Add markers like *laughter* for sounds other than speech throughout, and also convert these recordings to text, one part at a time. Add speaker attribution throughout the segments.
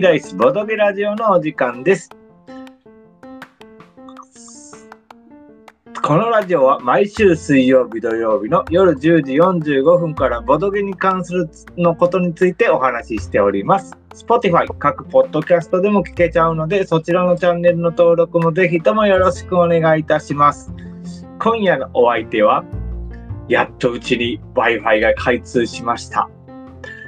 Speaker 1: ライスボドゲラジオのお時間です。このラジオは毎週水曜日土曜日の夜10時45分からボドゲに関するのことについてお話ししております。Spotify 各ポッドキャストでも聞けちゃうのでそちらのチャンネルの登録もぜひともよろしくお願いいたします。今夜のお相手はやっとうちに Wi-Fi が開通しました。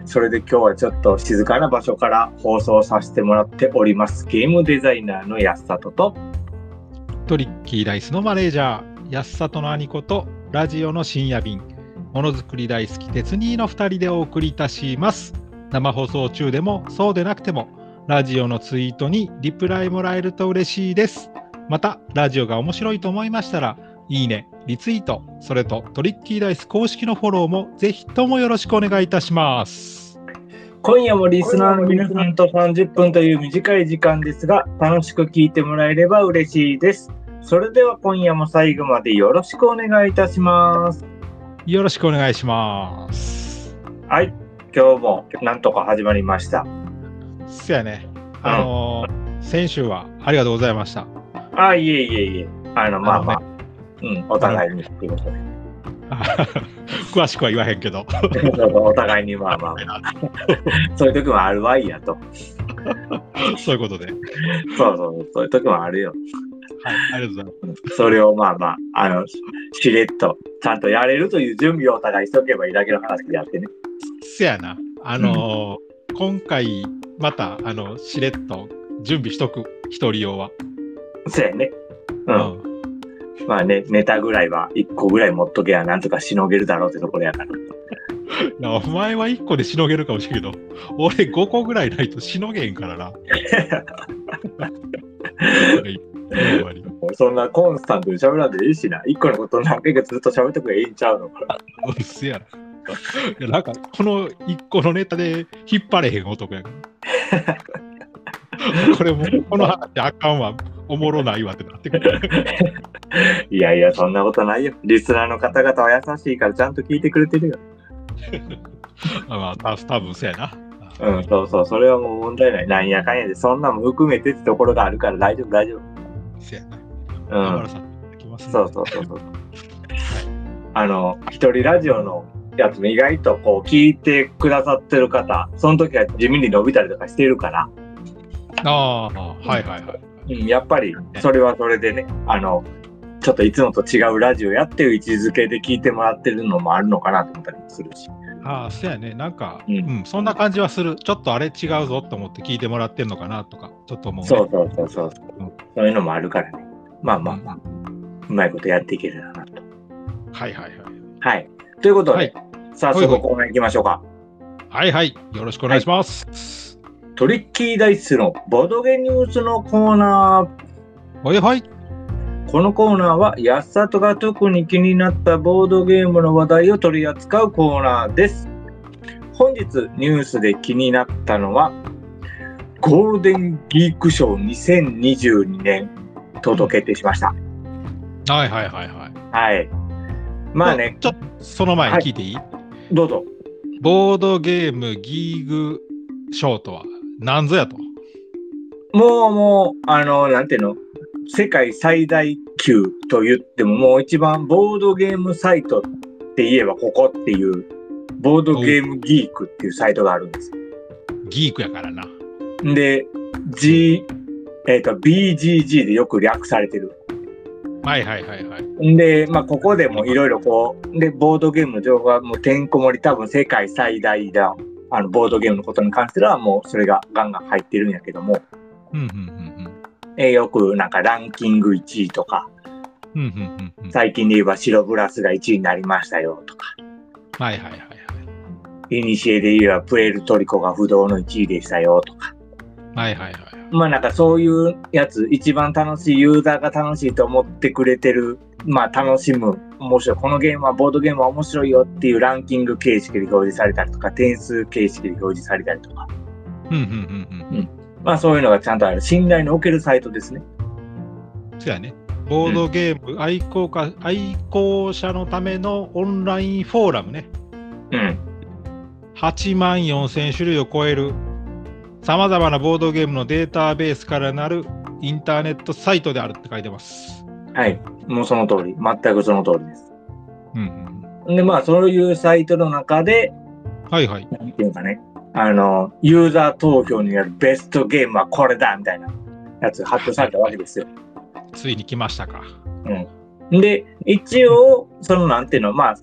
Speaker 1: それで今日はちょっと静かな場所から放送させてもらっております。ゲームデザイナーの安里と、
Speaker 2: トリッキーライスのマネージャー、安里の兄子とラジオの深夜便、ものづくり大好き鉄人の2人でお送りいたします。生放送中でもそうでなくても、ラジオのツイートにリプライもらえると嬉しいです。また、ラジオが面白いと思いましたら、いいね、リツイート、それとトリッキーライス公式のフォローもぜひともよろしくお願いいたします。
Speaker 1: 今夜もリスナーの皆さんと30分という短い時間ですが、楽しく聞いてもらえれば嬉しいです。それでは今夜も最後までよろしくお願いいたします。
Speaker 2: よろしくお願いします。
Speaker 1: はい、今日もなんとか始まりました。
Speaker 2: そやね、あのー先週はありがとうございました。
Speaker 1: あ、いえいえいえ、あの、まあまあ、
Speaker 2: あ
Speaker 1: うん、お互いにっていうことで。
Speaker 2: 詳しくは言わへんけど。
Speaker 1: *laughs* お互いにまあまあまあ、そういう時もあるわいやと。
Speaker 2: そういうことで。はい、
Speaker 1: そうそうそう、そういう時もあるよ。
Speaker 2: ありがとうございま
Speaker 1: それをまあまあ、あの、ししれっと、ちゃんとやれるという準備をお互いしとけばいいだけの話でやってね。
Speaker 2: す。せやな。あのー今回、また、あの、しれっと準備しとく、一人用は。
Speaker 1: そうやね。う。
Speaker 2: うんん。
Speaker 1: まあね、ネタぐらいは1個ぐらい持っとけばなんとかしのげるだろうってところやから。
Speaker 2: いやお前は1個でしのげるかもしれんけど、俺5個ぐらいないとしのげん *laughs* からな。はい終わり
Speaker 1: そんなコンスタントに喋らんでいいしな。1個のこと何回かずっと喋っとくばいいんちゃうのか。
Speaker 2: うんせやな。いやなんか、この1個のネタで引っ張れへん男や *laughs* から。これもう、この話あかんわ、おもろないわってなってくる。
Speaker 1: いやいや、そんなことないよ。リスナーの方々は優しいからちゃんと聞いてくれてるよ。
Speaker 2: あまあ、た多分そうやな。
Speaker 1: うん、そうそう、それはもう問題ない。なんやかんやで、そんなんも含めてってところがあるから大丈夫、大丈
Speaker 2: せやな。
Speaker 1: 夫。うん
Speaker 2: 山。原さん、いただきますね
Speaker 1: そうそうそうそう。あの、一人ラジオのやつも意外とこう聞いてくださってる方、その時は地味に伸びたりとかしてるから、
Speaker 2: ああ、はいはいはい。
Speaker 1: うん、やっぱりそれはそれでね、あの、ちょっといつもと違うラジオやっていう位置づけで聞いてもらってるのもあるのかなと思ったりもするし。
Speaker 2: ああ、そうやね。なんか、
Speaker 1: う
Speaker 2: うんん、そんな感じはする。ちょっとあれ違うぞと思って聞いてもらってんのかなとか、ちょっと思う、ね。
Speaker 1: そうそうそうそう
Speaker 2: うん。
Speaker 1: そういうのもあるからね。まあまあ
Speaker 2: うん
Speaker 1: まあ、うまいことやっていけるらなと。
Speaker 2: はいはいはい。
Speaker 1: はい。ということで、
Speaker 2: はい
Speaker 1: 早
Speaker 2: ほいほ
Speaker 1: 速
Speaker 2: い
Speaker 1: コーナー行きましょうか。
Speaker 2: はいはい。よろしくお願いします。
Speaker 1: トリッキーダイスのボドゲニュースのコーナー。
Speaker 2: はい、はい。
Speaker 1: このコーナーは安里が特に気になったボードゲームの話題を取り扱うコーナーです本日ニュースで気になったのはゴールデンギークショー2022年と決定しました
Speaker 2: はいはいはいはい。
Speaker 1: はいまあね
Speaker 2: ちょっとその前に聞いていい、
Speaker 1: どうぞ
Speaker 2: ボードゲームギーグショーとは何ぞやと。
Speaker 1: もうもうあのなんていうの世界最大級と言ってももう一番ボードゲームサイトって言えばここっていうボードゲームギークっていうサイトがあるんです
Speaker 2: ギークやからな。
Speaker 1: で、G、えっ、と、BGG でよく略されてる。
Speaker 2: はいはいはいはい。
Speaker 1: んで、まあ、ここでもいろいろこう、で、ボードゲームの情報がもうてんこ盛り、多分世界最大だ。あの、ボードゲームのことに関しては、もうそれがガンガン入ってるんやけども、
Speaker 2: うんうんうん
Speaker 1: えーよくなんかランキング1位とか、
Speaker 2: うん。うんうんうんうん。はい
Speaker 1: 最近で言えば白ブラスが1位になりましたよとか、
Speaker 2: はいはいはい。
Speaker 1: イニシエで言えばプエルトリコが不動の1位でしたよとか、
Speaker 2: はいはいはい。
Speaker 1: まあなんかそういうやつ、一番楽しい、ユーザーが楽しいと思ってくれてる、まあ楽しむ、面白い、このゲームはボードゲームは面白いよっていうランキング形式で表示されたりとか、点数形式で表示されたりとか、
Speaker 2: うんうんうんうん。
Speaker 1: まあそういうのがちゃんとある、信頼のおけるサイトですね。
Speaker 2: そうやね。ボードゲーム愛好家、愛好者のためのオンラインフォーラムね。
Speaker 1: うん。
Speaker 2: 8万4000種類を超えるさまざまなボードゲームのデータベースからなるインターネットサイトであるって書いてます。
Speaker 1: はい。もうその通り。全くその通りです。
Speaker 2: うんうん、
Speaker 1: で、まあ、そういうサイトの中で、
Speaker 2: はいはい。
Speaker 1: なんていうかね、あの、ユーザー投票によるベストゲームはこれだみたいなやつ発表されたわけですよ。
Speaker 2: ついに来ましたか。
Speaker 1: で、一応、そのなんていうの、まあ、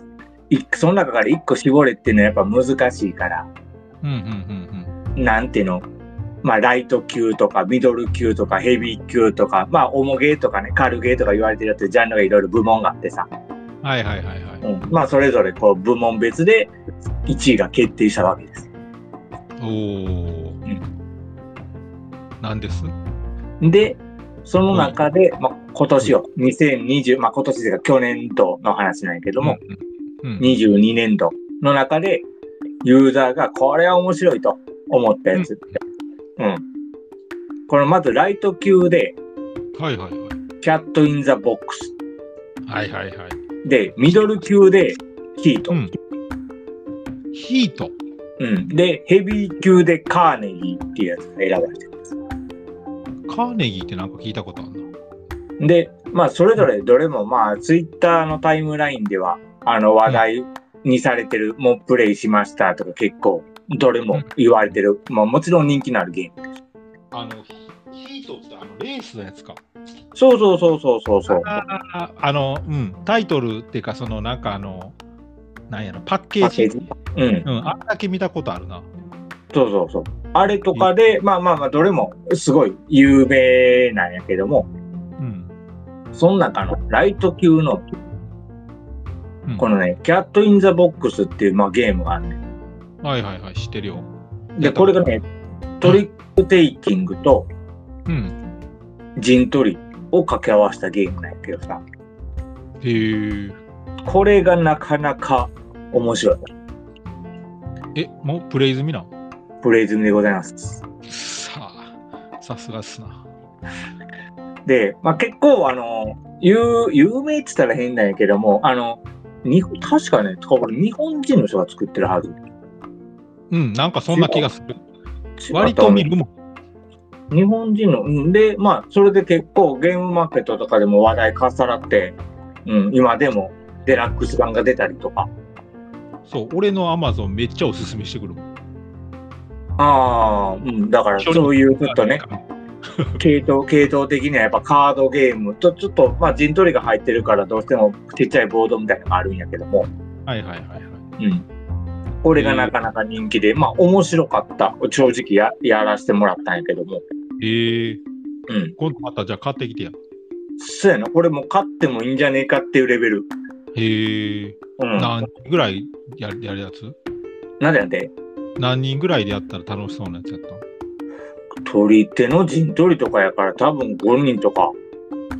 Speaker 1: いその中から一個絞れっていうのはやっぱ難しいから、
Speaker 2: うんうんうん
Speaker 1: なんていうの、まあ、ライト級とか、ミドル級とか、ヘビー級とか、まあ、重ゲーとかね、軽ゲーとか言われてるやつ、ジャンルがいろいろ部門があってさ、
Speaker 2: うん。はいはいはいはい。
Speaker 1: うんまあ、それぞれこう、部門別で1位が決定したわけです。
Speaker 2: おお。なんです
Speaker 1: で、その中で、まあ、今年よ、2020、まあ、今年というか去年度の話なんやけども、
Speaker 2: うんうん、うん
Speaker 1: 22年度の中で、ユーザーがこれは面白いと思ったやつって。うん。このまずライト級で、
Speaker 2: はいはいはい。
Speaker 1: キャット・イン・ザ・ボックス。
Speaker 2: はいはいはい。
Speaker 1: で、ミドル級で、ヒート。
Speaker 2: う
Speaker 1: うんん。
Speaker 2: ヒート。
Speaker 1: で、ヘビー級でカーネギーっていうやつが選ばれてるんです。
Speaker 2: カーネギーってなんか聞いたことあるな。
Speaker 1: で、まあ、それぞれどれも、まあ、ツイッターのタイムラインでは、あの、話題にされてる、もうプレイしましたとか結構、どれも言われてる、まあ、もちろん人気のあるゲーム。
Speaker 2: あの、ヒートってあのレースのやつか。
Speaker 1: そうそうそうそうそうそう。
Speaker 2: ああの、うん、タイトルっていうか、そのなんかあの、なんやろ、パッケ
Speaker 1: パ
Speaker 2: ー
Speaker 1: ッケ
Speaker 2: ジ。
Speaker 1: ージ。うん。
Speaker 2: うん、あれだけ見たことあるな。
Speaker 1: そうそうそう。あれとかで、まあまあまあ、どれもすごい有名なんやけども、
Speaker 2: うん。
Speaker 1: その中のライト級の、
Speaker 2: うん、
Speaker 1: このね、キャット・イン・ザ・ボックスっていう、まあ、ゲームがあるね。
Speaker 2: はいはいはい、知ってるよ。
Speaker 1: で、これがね、トリック・テイキングと
Speaker 2: うん。
Speaker 1: 陣取りを掛け合わせたゲームなんやけどさ、
Speaker 2: へえ。
Speaker 1: これがなかなか面白い。
Speaker 2: え、もうプレイ済みなん
Speaker 1: プレイ済みでございます。
Speaker 2: さあ、さすがっすな。
Speaker 1: で、まあ、結構、あの、有有名って言ったら変なんやけども、あの、日本確かね、これ日本人の人が作ってるはず。
Speaker 2: うん、なんかそんな気がする。割と見るもん。
Speaker 1: 日本人の、うん、で、まあ、それで結構ゲームマーケットとかでも話題かっさらって、うん、今でもデラックス版が出たりとか。
Speaker 2: そう、俺のアマゾンめっちゃおすすめしてくるもん。
Speaker 1: ああ、うん、だからそういうちょっとね、系統、系統的にはやっぱカードゲームと、ちょっと、まあ、陣取りが入ってるからどうしてもちっちゃいボードみたいなのがあるんやけども、
Speaker 2: はいはいはいはい。
Speaker 1: うん。これがなかなか人気で、まあ、面白かった。正直や、やらせてもらったんやけども、
Speaker 2: ええ
Speaker 1: うん。
Speaker 2: 今度またじゃあ買ってきてや。
Speaker 1: そうやな、これもう勝ってもいいんじゃねえかっていうレベル。
Speaker 2: へえ。
Speaker 1: うん。
Speaker 2: 何人ぐらいややるやつ
Speaker 1: なんでなんで
Speaker 2: 何人ぐらいでやったら楽しそうなやつやった
Speaker 1: 取り手の陣取りとかやから多分5人とか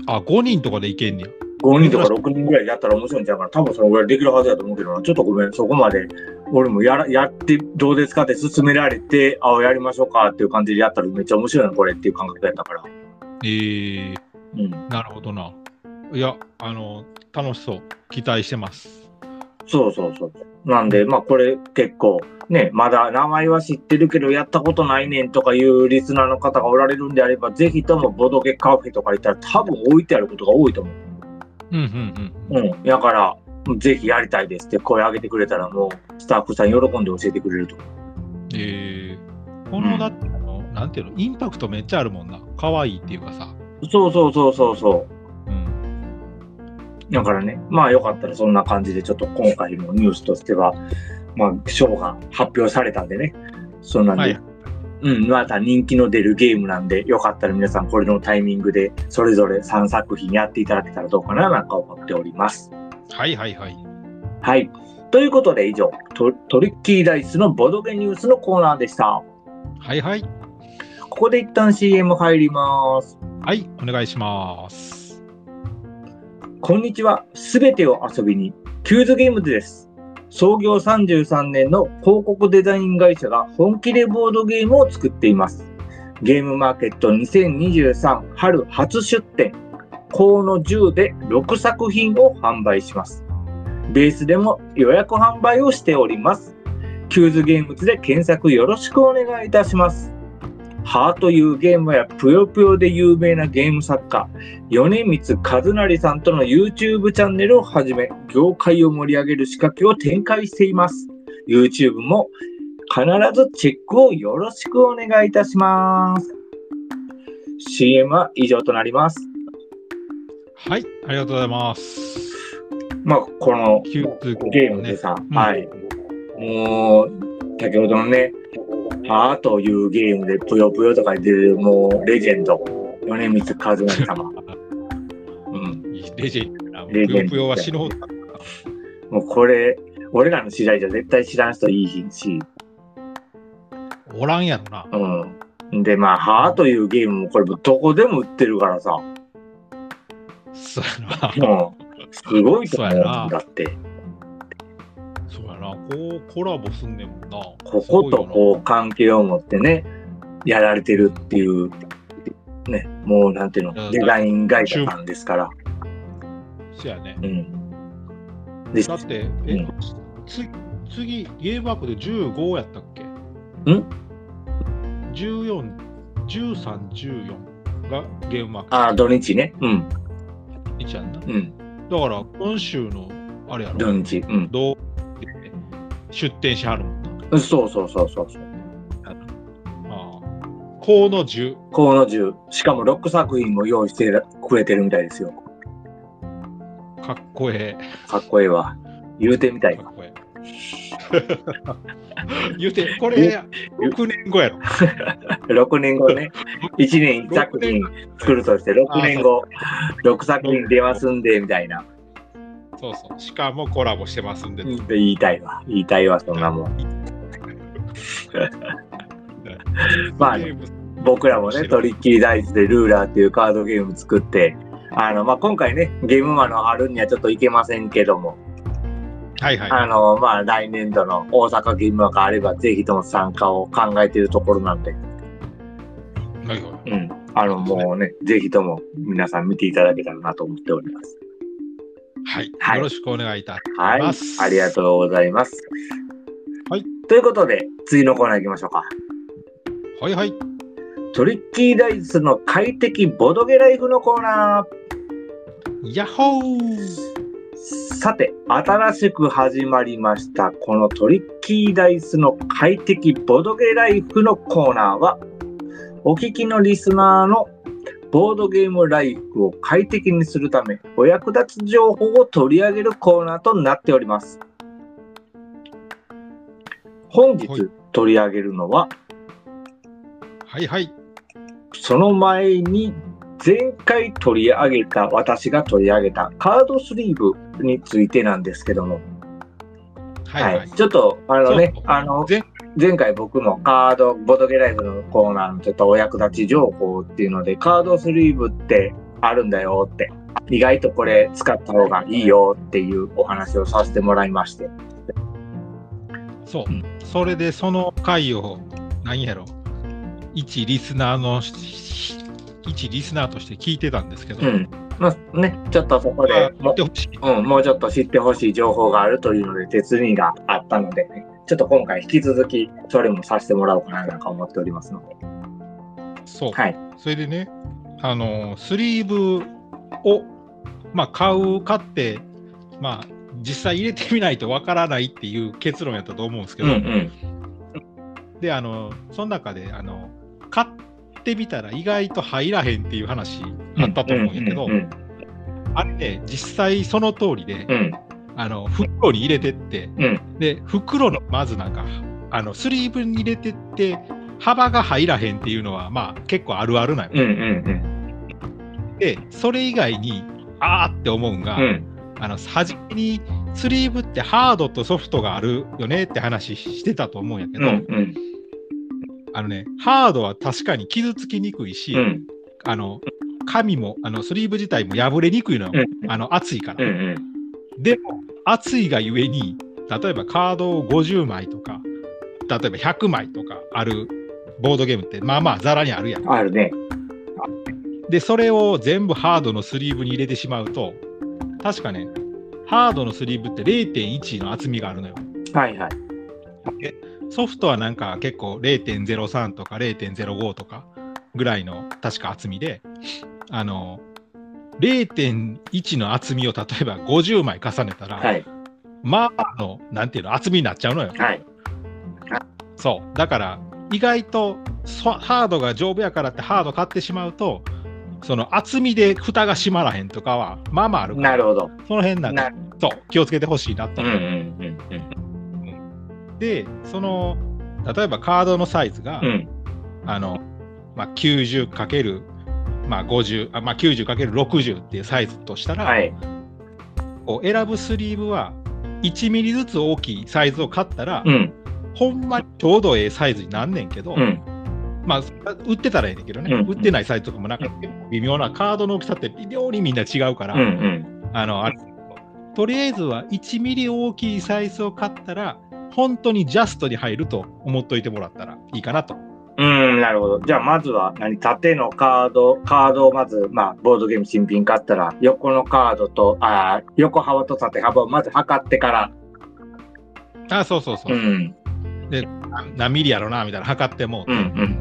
Speaker 2: のあ、5人とかでいけんねや。
Speaker 1: 5人とか6人ぐらいやったら面白いんちゃうから多分そのぐらいできるはずやと思うけどなちょっとごめんそこまで俺もやらやってどうですかって勧められてあやりましょうかっていう感じでやったらめっちゃ面白いなこれっていう感覚やったから
Speaker 2: ええ
Speaker 1: うん
Speaker 2: なるほどな。いや、あの、楽しそう。期待してます。
Speaker 1: そうそうそうなんでまあこれ結構ねまだ名前は知ってるけどやったことないねんとかいうリスナーの方がおられるんであればぜひともボドゲカフェとか行ったら多分置いてあることが多いと思う
Speaker 2: うんうんうん。
Speaker 1: うん、だから、ぜひやりたいですって声上げてくれたら、もうスタッフさん喜んで教えてくれると思
Speaker 2: ええこの、だってあの、なんていうの、インパクトめっちゃあるもんな。可愛いっていうかさ。
Speaker 1: う。そうそうそうそうそ
Speaker 2: うん。
Speaker 1: う。だからね、まあよかったらそんな感じで、ちょっと今回のニュースとしては、まあ、賞が発表されたんでね、そんなんで、
Speaker 2: はい。
Speaker 1: うん、また人気の出るゲームなんで、よかったら皆さんこれのタイミングで、それぞれ3作品やっていただけたらどうかな、なんか思っております。
Speaker 2: はいはいはい。
Speaker 1: はい。ということで以上、トトリッキーダイスのボドゲニュースのコーナーでした。
Speaker 2: はいはい。
Speaker 1: ここで一旦 CM 入ります。
Speaker 2: はい、お願いします。
Speaker 1: こんにちは。すべてを遊びに、キューズゲームズです。創業33年の広告デザイン会社が本気でボードゲームを作っています。ゲームマーケット2023春初出展、河野10で6作品を販売します。ベースでも予約販売をしております。キューズゲームズで検索よろしくお願いいたします。ハーというゲームやぷよぷよで有名なゲーム作家、米光和成さんとの YouTube チャンネルをはじめ、業界を盛り上げる仕掛けを展開しています。YouTube も必ずチェックをよろしくお願いいたします。CM は以上となります。
Speaker 2: はい、ありがとうございます。
Speaker 1: まあ、この
Speaker 2: キューズ
Speaker 1: ゲームでさ、
Speaker 2: うん
Speaker 1: はい。もう、先ほどのね、あーというゲームでぷよぷよとか出てる、もう、レジェンド、米光和成様。うん。
Speaker 2: レジェンドだな。ぷ
Speaker 1: レジェンド
Speaker 2: よぷよは死ぬほど。
Speaker 1: もうこれ、俺らの世代じゃ絶対知らん人いいひんし、
Speaker 2: おらんやろな。
Speaker 1: うん。で、まあ、はーというゲームもこれどこでも売ってるからさ、うん。
Speaker 2: そう
Speaker 1: *laughs*
Speaker 2: やな。
Speaker 1: すごいと思う
Speaker 2: そうやなん
Speaker 1: だって。
Speaker 2: そうやな。こうコラボすんねんもんな。
Speaker 1: こことこう関係を持ってね、やられてるっていう、ね、もうなんていう
Speaker 2: う
Speaker 1: の、
Speaker 2: ん
Speaker 1: デザイン会社なんですから。
Speaker 2: う。そうやね。
Speaker 1: うん。で、
Speaker 2: だって、え、
Speaker 1: うん
Speaker 2: つ次、ゲームワークで15やったっけ
Speaker 1: ん
Speaker 2: ?14、13、14がゲームワーク。
Speaker 1: ああ、土日ね。うん。
Speaker 2: 一やんな。だか
Speaker 1: うん。
Speaker 2: ら、今週の、あれや
Speaker 1: 土
Speaker 2: ろ、
Speaker 1: 日。うん。
Speaker 2: どう出店しはるもんな。
Speaker 1: そうそうそうそうそう。
Speaker 2: ああ。この10。
Speaker 1: 河野十。しかも6作品も用意してくれてるみたいですよ。
Speaker 2: かっこええ。
Speaker 1: かっこええわ。言うてみたい
Speaker 2: か
Speaker 1: わ。
Speaker 2: っこええ。言うて、これ、6年後やろ。
Speaker 1: 6年後
Speaker 2: *laughs*
Speaker 1: ね。1年1作品作るとして、6年後、6作品出ますんで、みたいな。
Speaker 2: そうそう。しかもコラボしてますんで。
Speaker 1: で言いたいわ。言いたいわ、そんなもん。まあ
Speaker 2: ゲーム
Speaker 1: 僕らもね、トリッキーダイスでルーラーっていうカードゲーム作って、あの、まあ、今回ね、ゲームマのあるにはちょっといけませんけども、
Speaker 2: はいはい。
Speaker 1: あの、まあ、来年度の大阪ゲームマがあれば、ぜひとも参加を考えているところなんで、
Speaker 2: はいは
Speaker 1: うん。あの、もうね、ぜひとも皆さん見ていただけたらなと思っております。
Speaker 2: いは。
Speaker 1: はいい
Speaker 2: よろしくお願いいたし
Speaker 1: はい
Speaker 2: ま。す。
Speaker 1: ありがとうございます。
Speaker 2: はい。
Speaker 1: ということで、次のコーナー行きましょうか。
Speaker 2: う。はいはい。
Speaker 1: トリッキーダイスの快適ボドゲライフのコーナー。
Speaker 2: ヤッホー
Speaker 1: さて、新しく始まりました、このトリッキーダイスの快適ボドゲライフのコーナーは、お聞きのリスナーのボードゲームライフを快適にするため、お役立つ情報を取り上げるコーナーとなっております。本日
Speaker 2: はい
Speaker 1: 取り上げるのは、
Speaker 2: はいはい。
Speaker 1: その前に前回取り上げた、私が取り上げたカードスリーブについてなんですけども、
Speaker 2: はいはい。
Speaker 1: ちょっと、あのね
Speaker 2: そう、
Speaker 1: あの、
Speaker 2: 前
Speaker 1: 前回僕もカード、ボドゲライブのコーナーのちょっとお役立ち情報っていうので、カードスリーブってあるんだよって、意外とこれ使った方がいいよっていうお話をさせてもらいまして。
Speaker 2: そう
Speaker 1: うん。
Speaker 2: それでその回を、何やろ。一リスナーの、一リスナーとして聞いてたんですけど、
Speaker 1: うん。まあね、ちょっとそこ
Speaker 2: まあ
Speaker 1: で
Speaker 2: 聞
Speaker 1: も
Speaker 2: いて、ほしい。
Speaker 1: うん、もうちょっと知ってほしい情報があるというので、鉄人があったので、ちょっと今回引き続きそれもさせてもらおうかななんか思っておりますので。
Speaker 2: そう。
Speaker 1: はい。
Speaker 2: それでね、あのスリーブを、まあ、買う、買って、まあ、実際入れてみないとわからないっていう結論やったと思うんですけ
Speaker 1: うん
Speaker 2: ど、
Speaker 1: うん。
Speaker 2: で、あのその中であの、買ってみたら意外と入らへんっていう話あったと思うんやけど
Speaker 1: う、ん
Speaker 2: あれね、実際その通りで、
Speaker 1: うん
Speaker 2: あの袋に入れてって、
Speaker 1: うん
Speaker 2: で、袋のまずなんか、あのスリーブに入れてって、幅が入らへんっていうのは、まあ、結構あるあるなんよ
Speaker 1: うんうんうん
Speaker 2: でそれ以外にあーって思うんが、
Speaker 1: うん。
Speaker 2: あの初めにスリーブってハードとソフトがあるよねって話してたと思うんやけ
Speaker 1: うん
Speaker 2: ど、
Speaker 1: うん
Speaker 2: あのねハードは確かに傷つきにくいし、
Speaker 1: うん
Speaker 2: あの紙もあのスリーブ自体も破れにくいのよ、
Speaker 1: うん
Speaker 2: あの熱いから、
Speaker 1: うんうん
Speaker 2: でも熱いがゆえに例えばカードを50枚とか例えば100枚とかあるボードゲームってまあまあざらにあるやん
Speaker 1: あるね。
Speaker 2: で、それを全部ハードのスリーブに入れてしまうと、確かね、ハードのスリーブって0.1の厚みがあるのよ。
Speaker 1: はいはい。
Speaker 2: ソフトはなんか結構0.03とか0.05とかぐらいの確か厚みで、あの、0.1の厚みを例えば50枚重ねたら、
Speaker 1: はい。
Speaker 2: まあ、あの、なんていうの、厚みになっちゃうのよ。
Speaker 1: はい。
Speaker 2: そう。だから、意外とそハードが丈夫やからってハード買ってしまうと、その厚みで蓋が閉まらへんとかは、まあまああるから
Speaker 1: なるほど。
Speaker 2: その辺なん
Speaker 1: な
Speaker 2: か、
Speaker 1: る
Speaker 2: そう、気をつけてほしいなと
Speaker 1: うんうんうん
Speaker 2: でその例えばカードのサイズが、
Speaker 1: うん。うん。
Speaker 2: あの、まあ、90×50、まあ、50あまあ、90×60 っていうサイズとしたら、
Speaker 1: はい。
Speaker 2: こう選ぶスリーブは1ミリずつ大きいサイズを買ったら、
Speaker 1: うん
Speaker 2: ほんまにちょうどええサイズになんねんけど、
Speaker 1: うん。
Speaker 2: まあ、それは売ってたらええねんけどね、
Speaker 1: うん
Speaker 2: 売ってないサイズとかもなんか結構微妙なカードの大きさって微妙にみんな違うから、
Speaker 1: うんうん。
Speaker 2: あの、あれとりあえずは1ミリ大きいサイズを買ったら、本当にジャストに入ると思っといてもらったらいいかなと。
Speaker 1: うん、なるほど。じゃあ、まずは、何、縦のカード、カードをまず、まあ、ボードゲーム新品買ったら、横のカードと、あー横幅と縦幅をまず測ってから、
Speaker 2: あ、そうそうそうう。
Speaker 1: ん、
Speaker 2: な何ミリやろな、みたいな測ってもうて、
Speaker 1: うん、うん。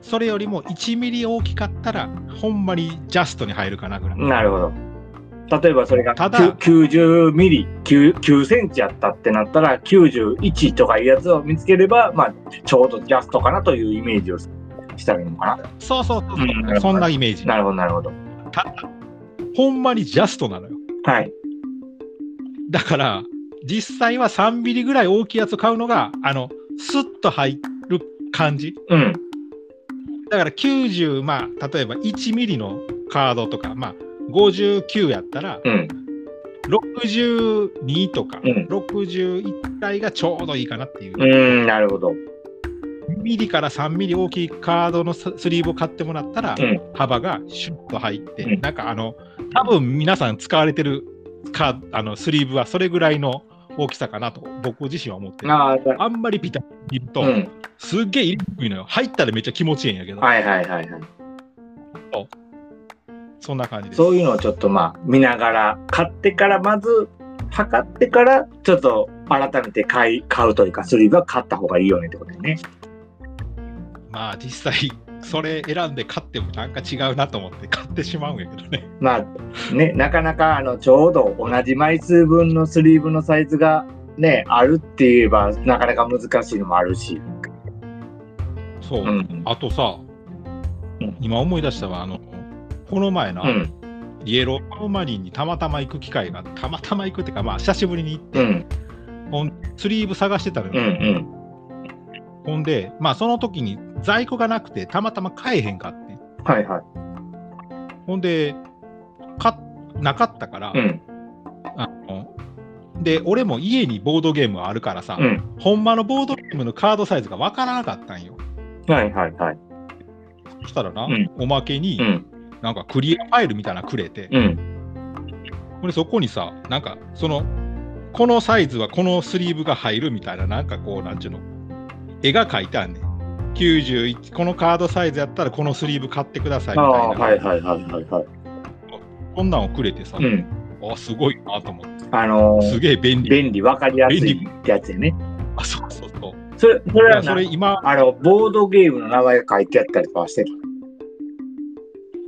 Speaker 2: それよりも1ミリ大きかったら、ほんまにジャストに入るかなぐらい。
Speaker 1: なるほど。例えばそれが
Speaker 2: ただ
Speaker 1: 90ミリ、9, 9センチやったってなったら、91とかいうやつを見つければ、まあ、ちょうどジャストかなというイメージをしたらいいのかな。
Speaker 2: そうそうそうそう、
Speaker 1: うん
Speaker 2: そんなイメージ。
Speaker 1: なるほど、なるほど。
Speaker 2: ただ、ほんまにジャストなのよ。
Speaker 1: はい。
Speaker 2: だから、実際は3ミリぐらい大きいやつを買うのが、あの、スッと入る感じ。
Speaker 1: うん、
Speaker 2: だから90、まあ、例えば1ミリのカードとか、まあ、59やったら、
Speaker 1: うん、
Speaker 2: 62とか、
Speaker 1: うん
Speaker 2: 61台がちょうどいいかなっていう
Speaker 1: う、ん、なるほど。
Speaker 2: 2ミリから3ミリ大きいカードのススリーブを買ってもらったら、
Speaker 1: うん
Speaker 2: 幅がシュッと入って、
Speaker 1: うん
Speaker 2: なんかあの、多分皆さん使われてるカーあのスリーブはそれぐらいの大きさかなと、僕自身は思ってる。
Speaker 1: ああ、だ
Speaker 2: あんまりピタッと入ると、
Speaker 1: うん、
Speaker 2: すっげえ入れにくいのよ。入ったらめっちゃ気持ちいいんやけど、
Speaker 1: はいはいはいはい。
Speaker 2: そんな感じです。
Speaker 1: そういうのをちょっとまあ見ながら、買ってからまず測ってから、ちょっと改めて買い買うというか、スリーブは買った方がいいよねってことですね。
Speaker 2: まあ実際それ選んで買ってもなんか違うなと思って買ってしまうんやけどね。
Speaker 1: まあね、なかなかあのちょうど同じ枚数分のスリーブのサイズがね、あるって言えばなかなか難しいのもあるし。
Speaker 2: そう。
Speaker 1: うん。
Speaker 2: あとさ、
Speaker 1: うん
Speaker 2: 今思い出したわあのこの前な、
Speaker 1: うん。
Speaker 2: イエローママリンにたまたま行く機会がたまたま行くってかまあ久しぶりに行っ
Speaker 1: う
Speaker 2: て、
Speaker 1: ん。
Speaker 2: ほんスリーブ探してたの
Speaker 1: うん。う
Speaker 2: よ、
Speaker 1: ん。
Speaker 2: ほんでまあその時に在庫がなくてたまたま買えへんかって
Speaker 1: はいはい。
Speaker 2: ほんで買っなかったから、
Speaker 1: うん。
Speaker 2: あので俺も家にボードゲームはあるからさ、
Speaker 1: うん。
Speaker 2: ほんまのボードゲームのカードサイズがわからなかったんよ
Speaker 1: はいはいはい。
Speaker 2: そしたらな、
Speaker 1: うん
Speaker 2: おまけに、
Speaker 1: うん。
Speaker 2: なんかクリアファイルみたいなのくれて、
Speaker 1: うん。
Speaker 2: ほんでそこにさ、なんかその、このサイズはこのスリーブが入るみたいな、なんかこう、なんちゅうの、絵が描いてあんねん。91このカードサイズやったらこのスリーブ買ってください
Speaker 1: あ
Speaker 2: みた
Speaker 1: あ、
Speaker 2: いな、
Speaker 1: はいはいはいはいはい。
Speaker 2: こんなんをくれてさ、
Speaker 1: うん。
Speaker 2: あすごいなと思って
Speaker 1: あのー
Speaker 2: すげえ便利
Speaker 1: 便利、わかりやすいってやつやね。
Speaker 2: あそうそうそう
Speaker 1: それ、それ
Speaker 2: いや
Speaker 1: は
Speaker 2: そ
Speaker 1: な
Speaker 2: れ今
Speaker 1: あの、ボードゲームの名前が書いてあったりとかはしてる。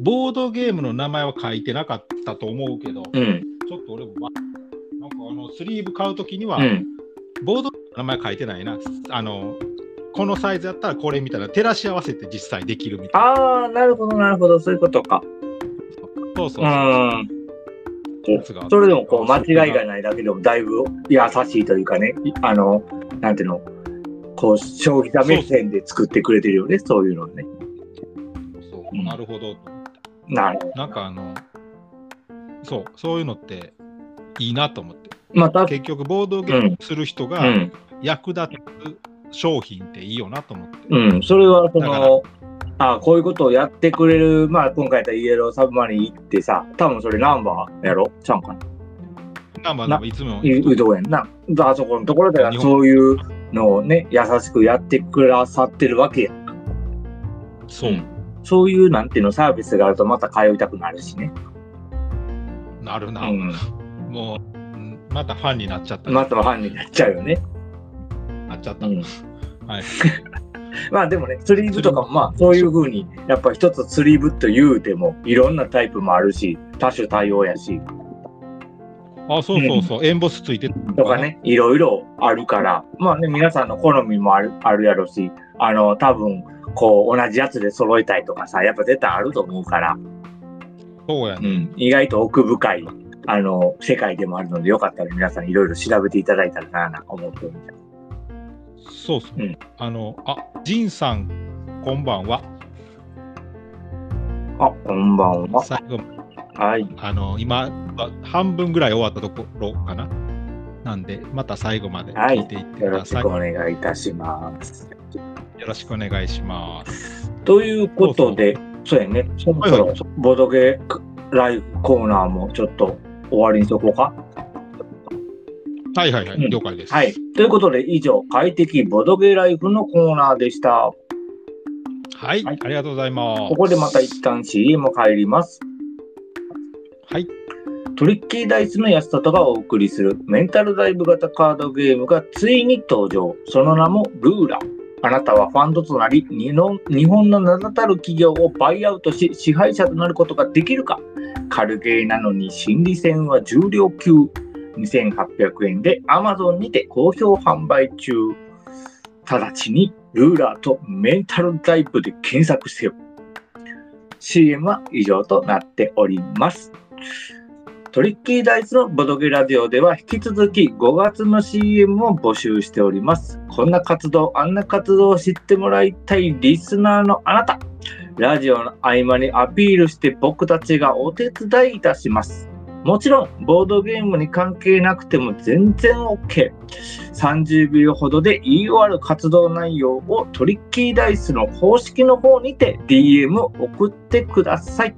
Speaker 2: ボードゲームの名前は書いてなかったと思うけど、ち
Speaker 1: うん。
Speaker 2: ょっと俺もわなんかあのスリーブ買うときには、
Speaker 1: うん。
Speaker 2: ボードの名前書いてないな。あの、このサイズやったらこれみたいな、照らし合わせて実際できるみたいな。
Speaker 1: ああ、なるほどなるほど、そういうことか。
Speaker 2: そう
Speaker 1: う
Speaker 2: そうそう。
Speaker 1: ん。
Speaker 2: やつが
Speaker 1: それでもこう間違いがないだけでもだいぶ優しいというかねあのなんていうのこう消費者目線で作ってくれてるよねそういうのね
Speaker 2: そう
Speaker 1: うん
Speaker 2: なるほど。
Speaker 1: なるほど
Speaker 2: なんかあの、そう、そういうのっていいなと思って。
Speaker 1: また
Speaker 2: 結局、ボードゲームする人
Speaker 1: う
Speaker 2: が
Speaker 1: ん
Speaker 2: 役立つ商品っていいよなと思って。
Speaker 1: うんそれはそ
Speaker 2: だから
Speaker 1: のあこういうことをやってくれるまあ今回やったイエローサブマリン行ってさ多分それナンバーやろちゃうんかな
Speaker 2: ナンバーでもいつも
Speaker 1: い
Speaker 2: 言う
Speaker 1: うどんやんなあそこのところでは
Speaker 2: 日本
Speaker 1: そういうのをね優しくやってくださってるわけや
Speaker 2: そう、
Speaker 1: そういうなんていうのサービスがあるとまた通いたくなるしね
Speaker 2: なる
Speaker 1: う
Speaker 2: な。
Speaker 1: ん
Speaker 2: もう、うんまたファンになっちゃった。
Speaker 1: またファンになっちゃうよね
Speaker 2: あっちゃった。
Speaker 1: うん
Speaker 2: はい。
Speaker 1: *laughs* まあでもね、スリーブとかもまあそういう風に、やっぱ一つスリーブと言うても、いろんなタイプもあるし、多種多様やし、
Speaker 2: あ、そうそうそう、エンボスついてたの
Speaker 1: とか。ね、いろいろあるから、まあね、皆さんの好みもあるあるやろし、あの、多分、こう、同じやつで揃えたいとかさ、やっぱ絶対あると思うから、
Speaker 2: そうや
Speaker 1: う
Speaker 2: ね。
Speaker 1: ん、意外と奥深い、あの、世界でもあるので、よかったら皆さんいろいろ調べていただいたらなあな、思っております。
Speaker 2: そうそう。
Speaker 1: うん
Speaker 2: あの、あ、ジンさん、こんばんは。
Speaker 1: あ、こんばんは。
Speaker 2: 最後、
Speaker 1: はい。
Speaker 2: あの、今、あ半分ぐらい終わったところかな。なんで、また最後まで聞いていって
Speaker 1: よ
Speaker 2: く
Speaker 1: ろ
Speaker 2: だ
Speaker 1: し
Speaker 2: さい。
Speaker 1: くお願いいたします。
Speaker 2: よろしくお願いします。
Speaker 1: ということで、そうやね、そろそ
Speaker 2: は
Speaker 1: ろ
Speaker 2: い
Speaker 1: ボドゲライブコーナーもちょっと終わりにしとこうか。
Speaker 2: はいはいはい、
Speaker 1: うん
Speaker 2: 了解です。
Speaker 1: はい。ということで、以上、快適ボドゲライフのコーナーでした。
Speaker 2: はい、
Speaker 1: はい
Speaker 2: ありがとうございます。
Speaker 1: ここでまた一旦 CM 入ります。
Speaker 2: はい、
Speaker 1: トリッキーダイスの安里がお送りするメンタルダイブ型カードゲームがついに登場。その名もルーラ。あなたはファンドとなり、日本日本の名だたる企業をバイアウトし、支配者となることができるか軽ゲーなのに心理戦は重量級。2800円で Amazon にて好評販売中。直ちにルーラーとメンタルダイブで検索せよ。CM は以上となっております。トリッキーダイスのボドゲラジオでは引き続き5月の CM を募集しております。こんな活動、あんな活動を知ってもらいたいリスナーのあなた。ラジオの合間にアピールして僕たちがお手伝いいたします。もちろん、ボードゲームに関係なくても全然 OK。30秒ほどで言い終わる活動内容をトリッキーダイスの公式の方にて DM 送ってください。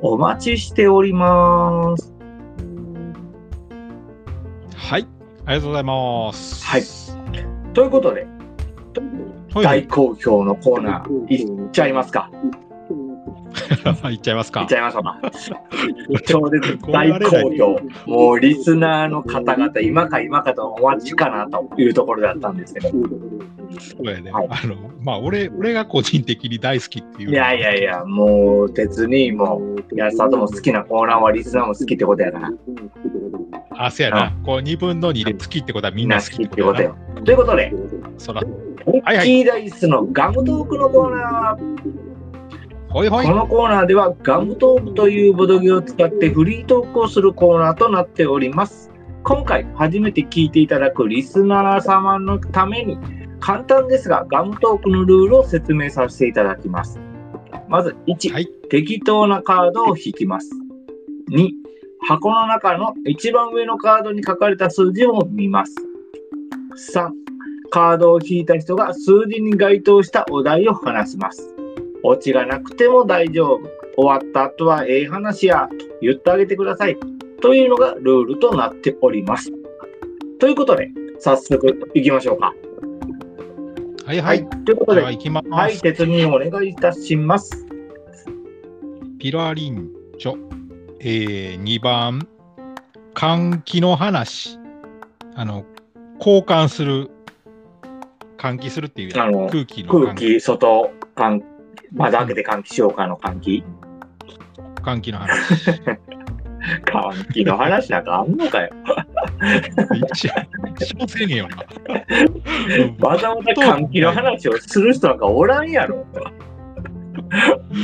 Speaker 1: お待ちしております。
Speaker 2: はい、ありがとうございます。
Speaker 1: はいということで、
Speaker 2: はい、は
Speaker 1: 大
Speaker 2: *laughs* い、
Speaker 1: 好評のコーナー、いっちゃいますか。
Speaker 2: いっちゃいます
Speaker 1: いっ
Speaker 2: か
Speaker 1: ち。ゃいましょう *laughs* か。超絶大好 *laughs* 評。もうリスナーの方々、今か今かとお待ちかなというところだったんですけど。
Speaker 2: そうやね。
Speaker 1: はい
Speaker 2: あの、まあ、俺、俺が個人的に大好きっていう。
Speaker 1: いやいやい。や、もう別にもう、安里も好きなコーナーはリスナーも好きってことやから。
Speaker 2: あ、そうやな。こう、二分の二で好きってことはみ
Speaker 1: み
Speaker 2: ん
Speaker 1: ん
Speaker 2: な
Speaker 1: な
Speaker 2: 好
Speaker 1: 好
Speaker 2: き
Speaker 1: き
Speaker 2: っ
Speaker 1: ってて
Speaker 2: こ
Speaker 1: ことと
Speaker 2: や
Speaker 1: よ。ということで、
Speaker 2: な。そら、
Speaker 1: ミ
Speaker 2: はい
Speaker 1: ッキーダイスのガムトークのコーナー。
Speaker 2: ほいほい
Speaker 1: こ。のコーナーではガムトークというボドゲを使ってフリートークをするコーナーとなっております。今回初めて聞いていただくリスナー様のために簡単ですがガムトークのルールを説明させていただきます。まず1、
Speaker 2: はい
Speaker 1: 適当なカードを引きます。2、箱の中の一番上のカードに書かれた数字を見ます。3、カードを引いた人が数字に該当したお題を話します。オチがなくても大丈夫。終わった後はええ話やと言ってあげてください。というのがルールとなっております。ということで、早速行きましょうか。
Speaker 2: はいはい。。
Speaker 1: ということ
Speaker 2: で
Speaker 1: で、
Speaker 2: は、行きま
Speaker 1: はい、
Speaker 2: す。
Speaker 1: 鉄人お願いいたします。
Speaker 2: ピラリンチョ。えー、2番、換気の話。あの、交換する、換気するっていうやつ
Speaker 1: あの
Speaker 2: 空気の
Speaker 1: 空
Speaker 2: 換気
Speaker 1: 気、外、換窓開けて換気しようかの換気。
Speaker 2: 換気の話。
Speaker 1: 換気の話なんかあんのかよ。
Speaker 2: 一応、一応せえねえよな。
Speaker 1: わざわざ換気の話をする人なんかおらんや
Speaker 2: *laughs*
Speaker 1: ろ。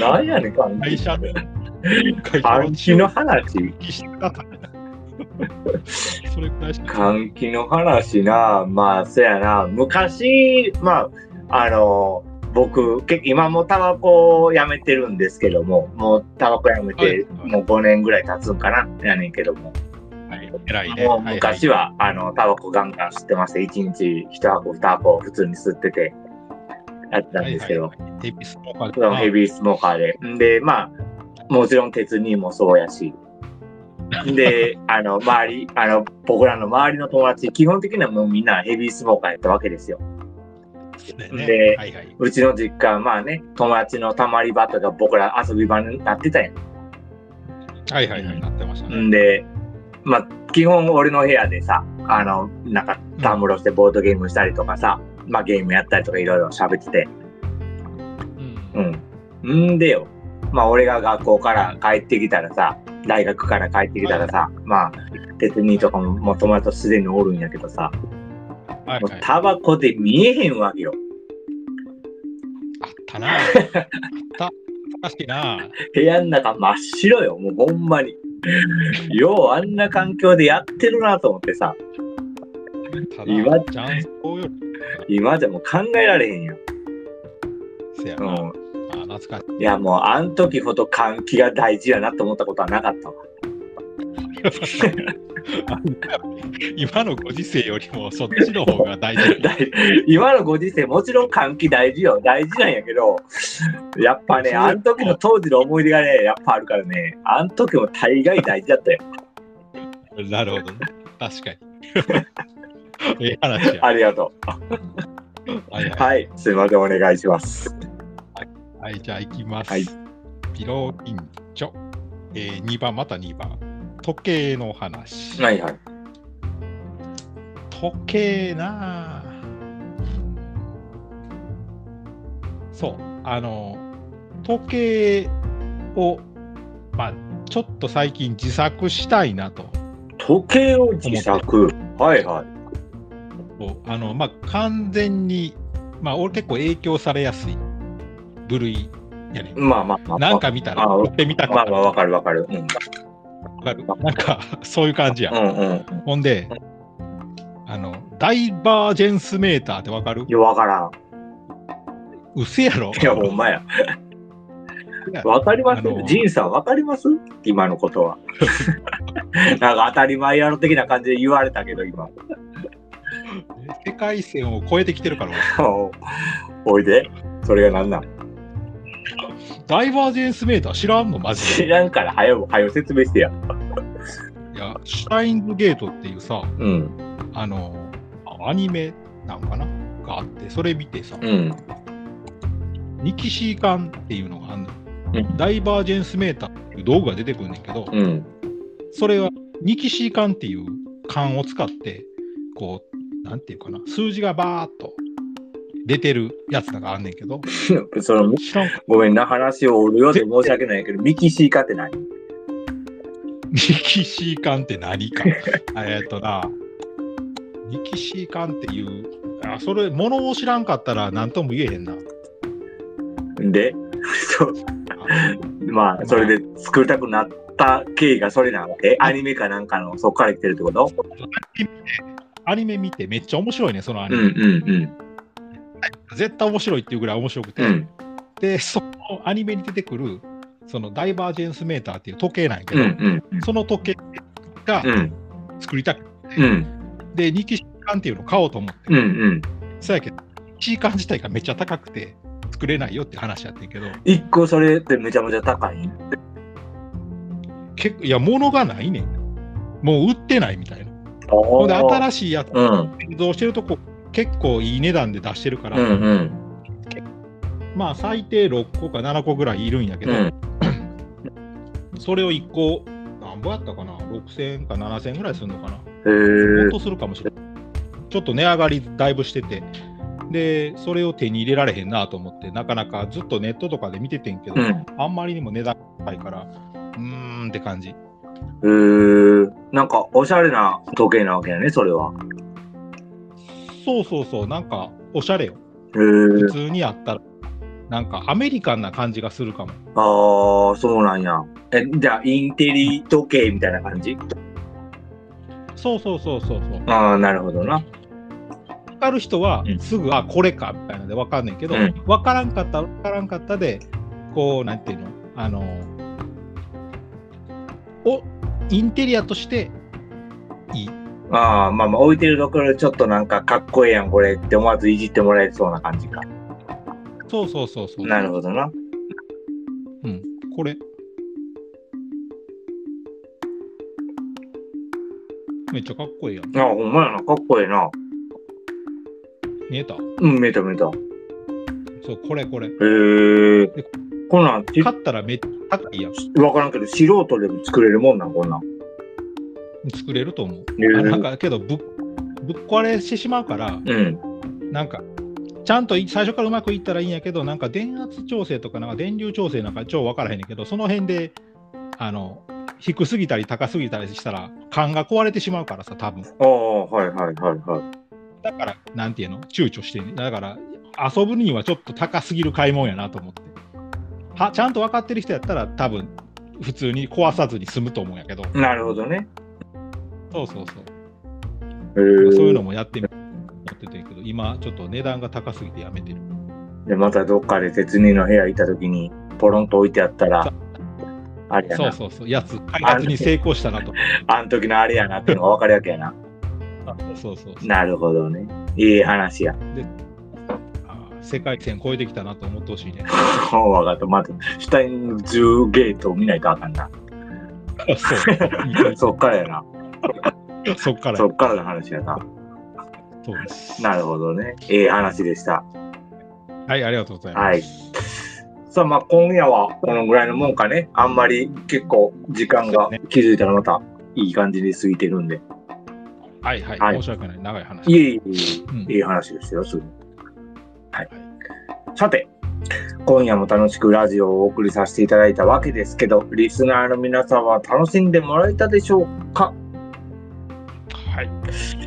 Speaker 1: なんやねん、換
Speaker 2: 会
Speaker 1: 気。
Speaker 2: 社の、会社
Speaker 1: 換気の話
Speaker 2: 換気してください。それくらいしか。
Speaker 1: 換気の話な、まあ、そやな、昔、まあ、あの、僕、結今もタバコをやめてるんですけども、もうタバコやめて、
Speaker 2: はい
Speaker 1: もう5年ぐらい経つんかな、やねんけども、
Speaker 2: はい偉いね。
Speaker 1: もう昔
Speaker 2: は
Speaker 1: は、あの、タバコガンガン吸ってまして、1日1箱、2箱普通に吸ってて、やってたんですけど、
Speaker 2: はいはいはいヘビスモーカー
Speaker 1: そのヘ
Speaker 2: ビ
Speaker 1: ビースモーカーで。で、まあ、もちろん鉄にもそうやし。で、あの、周り、あの、僕らの周りの友達、基本的にはもうみんなヘビースモーカーやったわけですよ。
Speaker 2: ね、
Speaker 1: で
Speaker 2: はいはい。
Speaker 1: うちの実家はまあね、友達のたまり場とか僕ら遊び場になってたやん
Speaker 2: はいはいはい、なってましたね。
Speaker 1: んで、まあ、基本俺の部屋でさあのなんかたむろしてボードゲームしたりとかさ、まあゲームやったりとかいろいろ喋ってて
Speaker 2: うん
Speaker 1: うんんでよまあ俺が学校から帰ってきたらさ大学から帰ってきたらさ、まあ別にとかももう友達とすでにおるんやけどさ、
Speaker 2: はい
Speaker 1: もう
Speaker 2: はい。あ
Speaker 1: タバコで見えへんわけよ
Speaker 2: っ
Speaker 1: *laughs*
Speaker 2: たな。あった。おかしいな。
Speaker 1: 部屋の中真っ白よもうほんまにようあんな環境でやってるなと思ってさ
Speaker 2: ただ、
Speaker 1: いわ
Speaker 2: ジャンスコより
Speaker 1: 今じゃもう考えられへんよ、
Speaker 2: せや
Speaker 1: う
Speaker 2: な。あ
Speaker 1: ん、
Speaker 2: 懐かしい。 *laughs*
Speaker 1: いやもうあん時ほど換気が大事やなと思ったことはなかったわ。
Speaker 2: 今のご時世よりもそっちの方が大事。
Speaker 1: *laughs* だい今のご時世もちろん換気大事よ大事なんやけどやっぱねあん時の当時の思い出がねやっぱあるからねあん時も大概大事だったよ
Speaker 2: なるほどね。確か *laughs* に。ええ話や。
Speaker 1: ありがと
Speaker 2: はい、
Speaker 1: うはいすいませんお願いします
Speaker 2: はい、じゃあ行きます。
Speaker 1: はい
Speaker 2: ピロリンチョ。えー、2番、また2番。時計の話。
Speaker 1: はいはい
Speaker 2: 時計なあそう、あの、時計を、まあ、ちょっと最近自作したいなと。
Speaker 1: 時計を自作はいはい
Speaker 2: こうあの、まあ、完全に、まあ、俺結構影響されやすい部類やね。
Speaker 1: まあまあまあ
Speaker 2: なんか見たら、
Speaker 1: あ
Speaker 2: やってみたく
Speaker 1: ま
Speaker 2: な
Speaker 1: あ
Speaker 2: る
Speaker 1: まあわかるわかるうん
Speaker 2: わかるなんか、 *laughs* そういう感じや。
Speaker 1: うんうん
Speaker 2: ほんで、あの、ダイバージェンスメーターってわかる
Speaker 1: いやわからん
Speaker 2: うせやろ
Speaker 1: いやほんまやわかります
Speaker 2: あの
Speaker 1: ジンさんわかります今のこと
Speaker 2: *laughs*
Speaker 1: はなんか当たり前やろ的な感じで言われたけど今
Speaker 2: 世界線を超えてきてるから、俺
Speaker 1: お *laughs* おいでそれが何なん
Speaker 2: ダイバージェンスメーター知らんのマジ
Speaker 1: 知
Speaker 2: で。
Speaker 1: らんから早う早う説明してや
Speaker 2: いや、シュタインズゲートっていうさ、
Speaker 1: うん
Speaker 2: あの、アニメなんかながあって、それ見てさ、
Speaker 1: うん
Speaker 2: ニキシー缶っていうのがあんの。
Speaker 1: うん
Speaker 2: ダイバージェンスメーターっていう道具が出てくるんだけど、
Speaker 1: うん
Speaker 2: それはニキシー缶っていう缶を使って、こう、なんていうかな、数字がバーっと出てるやつなんかあんねんけど、
Speaker 1: *laughs* その
Speaker 2: 知らんか
Speaker 1: ごめんな話を折るようで申し訳ないけどミキシーかってない
Speaker 2: ニキシー缶って何
Speaker 1: *laughs*
Speaker 2: かえっとな、ニキシー缶っていう、あそれ、ものを知らんかったら何とも言えへんな。
Speaker 1: でそうまあそれで作りたくなった経緯がそれなわけアニメかなんかのそっから来てるってこと
Speaker 2: アニメ見てめっちゃ面白いね、そのア
Speaker 1: う
Speaker 2: ニ
Speaker 1: ん
Speaker 2: メ。
Speaker 1: うん
Speaker 2: 絶対面白いっていうぐらい面白くて。
Speaker 1: うんうん
Speaker 2: で、そのアニメに出てくる、そのダイバージェンスメーターっていう時計なんやけ
Speaker 1: うん
Speaker 2: ど、
Speaker 1: うん
Speaker 2: その時計が
Speaker 1: うん
Speaker 2: 作りたくて、
Speaker 1: うん
Speaker 2: で、ニキシー缶っていうのを買おうと思って。
Speaker 1: うんうん
Speaker 2: そうやけど、ニキシー缶自体がめっちゃ高くて作れないよって話やってんけど、
Speaker 1: 一個それってめちゃめちゃ高い
Speaker 2: 結構、いや、物がないねん。もう売ってないみたいな。ほ
Speaker 1: ほ
Speaker 2: んで新しいやつ
Speaker 1: うんうん
Speaker 2: 製造してるとこ結構いい値段で出してるから、
Speaker 1: うん
Speaker 2: まあ最低6個か7個ぐらいいるんやけ
Speaker 1: う
Speaker 2: ど、
Speaker 1: ん
Speaker 2: それを1個何ぼやったかな6000円か7000円ぐらいするのかな
Speaker 1: へ
Speaker 2: もっ
Speaker 1: ー
Speaker 2: とするかもしれないちょっと値上がりだいぶしててでそれを手に入れられへんなと思ってなかなかずっとネットとかで見ててんけど、
Speaker 1: うん
Speaker 2: あんまりにも値段高いからうーんって感じ
Speaker 1: へーなんかおしゃれな時計なわけやねそれは
Speaker 2: そうそうそうなんかおしゃれよ
Speaker 1: へー
Speaker 2: 普通にやったらなんかアメリカンな感じがするかも
Speaker 1: ああそうなんやえじゃあインテリ時計みたいな感じ
Speaker 2: そうそうそうそうそう
Speaker 1: ああなるほどな
Speaker 2: 分かる人は
Speaker 1: うん
Speaker 2: すぐ、あこれかみたいなので分かんないけど、
Speaker 1: う
Speaker 2: わ
Speaker 1: ん
Speaker 2: 分からんかった分からんかったでこうなんていうのあのおインテリアとしていい
Speaker 1: ああまあまあ置いてるところちょっとなんかかっこええやんこれって思わずいじってもらえそうな感じか
Speaker 2: そうそうそうそう、
Speaker 1: なるほどな
Speaker 2: うん、これめっちゃかっこいいやん
Speaker 1: ああほんまやなかっこええな
Speaker 2: 見えた
Speaker 1: うん見えた見えたへ
Speaker 2: そうこれこれ
Speaker 1: えこんなんち
Speaker 2: 買ったらめっちゃ高いやん
Speaker 1: わからんけど素人でも作れるもんなんこんなん
Speaker 2: 作れると思う。
Speaker 1: うん
Speaker 2: あなんかけどぶっぶっ壊れしてしまうから、
Speaker 1: うん。
Speaker 2: なんかちゃんとい最初からうまくいったらいいんやけど、なんか電圧調整とかなんか電流調整なんか超分からへんねんけど、その辺であの低すぎたり高すぎたりしたら缶が壊れてしまうからさ、多分
Speaker 1: ああ、はいはいはいはい。
Speaker 2: だから、なんていうの、躊躇してんねだから、遊ぶにはちょっと高すぎる買い物やなと思って。はちゃんと分かってる人やったら、多分普通に壊さずに済むと思うんやけど、
Speaker 1: なるほどね。
Speaker 2: そうそうそう。
Speaker 1: へえ
Speaker 2: まあそういうのもやってみようと思っててんけど、今、ちょっと値段が高すぎてやめてる。
Speaker 1: で、またどっかで鉄人の部屋行った時に、ポロンと置いてあったら、あれや
Speaker 2: そう
Speaker 1: な。
Speaker 2: そうそう、やつ、開発に成功したなと。
Speaker 1: *laughs* あん時のあれやなっていうのが分かるわけやな。
Speaker 2: そうそうそう
Speaker 1: なるほどね。いい話や。 *laughs*
Speaker 2: あー世界線超えてきたなと思ってほし
Speaker 1: *laughs*
Speaker 2: いね。
Speaker 1: もう分かった。まず、シュタインズゲートを見ないとあかんな。 *laughs*
Speaker 2: そう
Speaker 1: そっからやな。
Speaker 2: *laughs* そっから
Speaker 1: そ、っからの話やな。
Speaker 2: そうです。
Speaker 1: なるほどね。いい話でした。
Speaker 2: はい、ありがとうございます。
Speaker 1: はい。さあ、まあ今夜はこのぐらいのもんかね。あんまり結構時間が気づいたらまたいい感じに過ぎてるんで。
Speaker 2: はい、はい、
Speaker 1: はい
Speaker 2: 申し訳ない、長い話。
Speaker 1: いえいえい
Speaker 2: うん
Speaker 1: え、いい話ですよ、すごいはい。さて、今夜も楽しくラジオをお送りさせていただいたわけですけど、リスナーの皆さんは楽しんでもらえたでしょうか
Speaker 2: はい。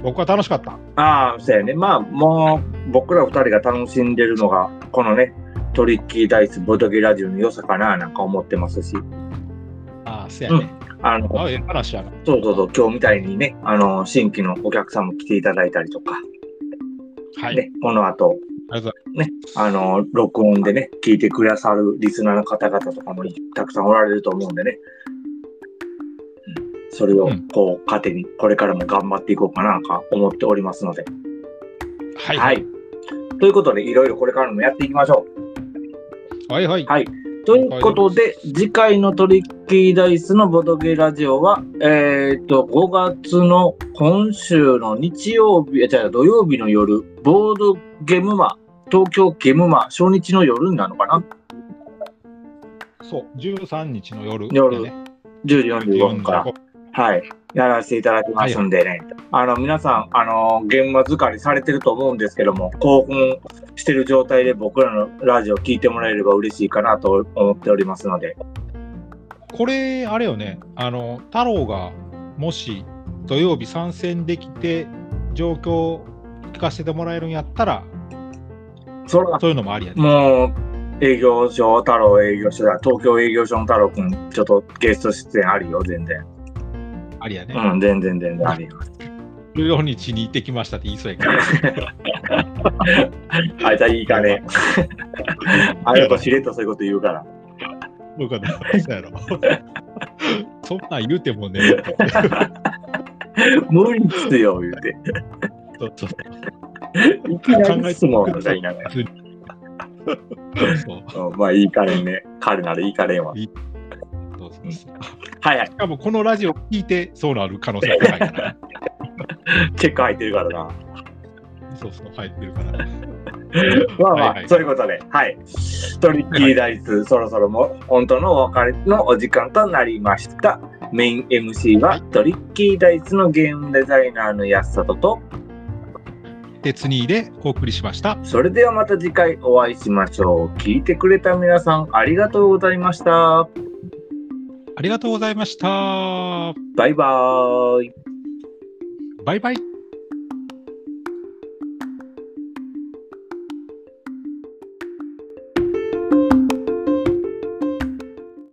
Speaker 2: 僕は楽しかった。
Speaker 1: ああ、そうやね。まあ、もう、僕ら二人が楽しんでるのが、このね、トリッキーダイスボトゲラジオの良さかな、なんか思ってますし、
Speaker 2: ああ、せやね。
Speaker 1: あの、
Speaker 2: あええ話やな。
Speaker 1: そうそうそう、今日みたいにね、あの、新規のお客さんも来ていただいたりとか、
Speaker 2: はい。
Speaker 1: ね、この後、
Speaker 2: ありがとう
Speaker 1: あの、録音でね、聞いてくださるリスナーの方々とかもたくさんおられると思うんでね、うんそれを
Speaker 2: うん、
Speaker 1: こう、糧に、これからも頑張っていこうかな、なんか思っておりますので、
Speaker 2: ございます。
Speaker 1: は
Speaker 2: はい
Speaker 1: い。ということで、いろいろこれからもやっていきましょう。
Speaker 2: はいはい。
Speaker 1: はい。ということで、次回のトリッキーダイスのボドゲラジオは、えーっと、5月の今週の日曜日、え、じゃあ土曜日の夜、ボードゲムマ、東京ゲムマ、初日の夜になるのかな
Speaker 2: そう、13日の夜、
Speaker 1: 夜
Speaker 2: ね、
Speaker 1: ?10 時45分から
Speaker 2: 45。
Speaker 1: はい。やらせていただきますんでね。あの、皆さん、あの、現場疲れされてると思うんですけども、興奮してる状態で僕らのラジオ聞いてもらえれば嬉しいかなと思っておりますので。
Speaker 2: これ、あれよね、あの、太郎がもし土曜日参戦できて、状況を聞かせてもらえるんやったら、
Speaker 1: そら
Speaker 2: そういうのもありやね。
Speaker 1: もう、営業所太郎営業所だ、東京営業所の太郎くん、ちょっとゲスト出演あるよ、全然。
Speaker 2: ありやね。
Speaker 1: うん、全然全然あるよ。
Speaker 2: 14日に行ってきましたって言いそうやけど、
Speaker 1: あいつはいいかね。 *laughs* あれやっぱしれっとそういうこと言うから。
Speaker 2: 僕はどうしたやろ。 *laughs* そんなん言うてもね、
Speaker 1: 無理っすよ、言うて。
Speaker 2: ちょっと、
Speaker 1: いきなりっすもん、みたいながら。
Speaker 2: そう
Speaker 1: うんまあ、いいかねんね。彼ならいいかねんわ。
Speaker 2: そうそうそう。
Speaker 1: はいはい。
Speaker 2: しかもこのラジオ聞いてそうなる可能性が高いから、
Speaker 1: チェック入ってるからな。
Speaker 2: そうそう、入ってるから。
Speaker 1: まあまあ、
Speaker 2: はいはい
Speaker 1: そういうことで、はい。トリッキーダイス、そろそろも本当のお別れのお時間となりました。メイン MC は、トリッキーダイスのゲームデザイナーの安里と、
Speaker 2: 鉄2でお送りしました。
Speaker 1: それではまた次回お会いしましょう。聞いてくれた皆さん、ありがとうございました。
Speaker 2: ありがとうございました。
Speaker 1: バイバーイ。
Speaker 2: バイバイ。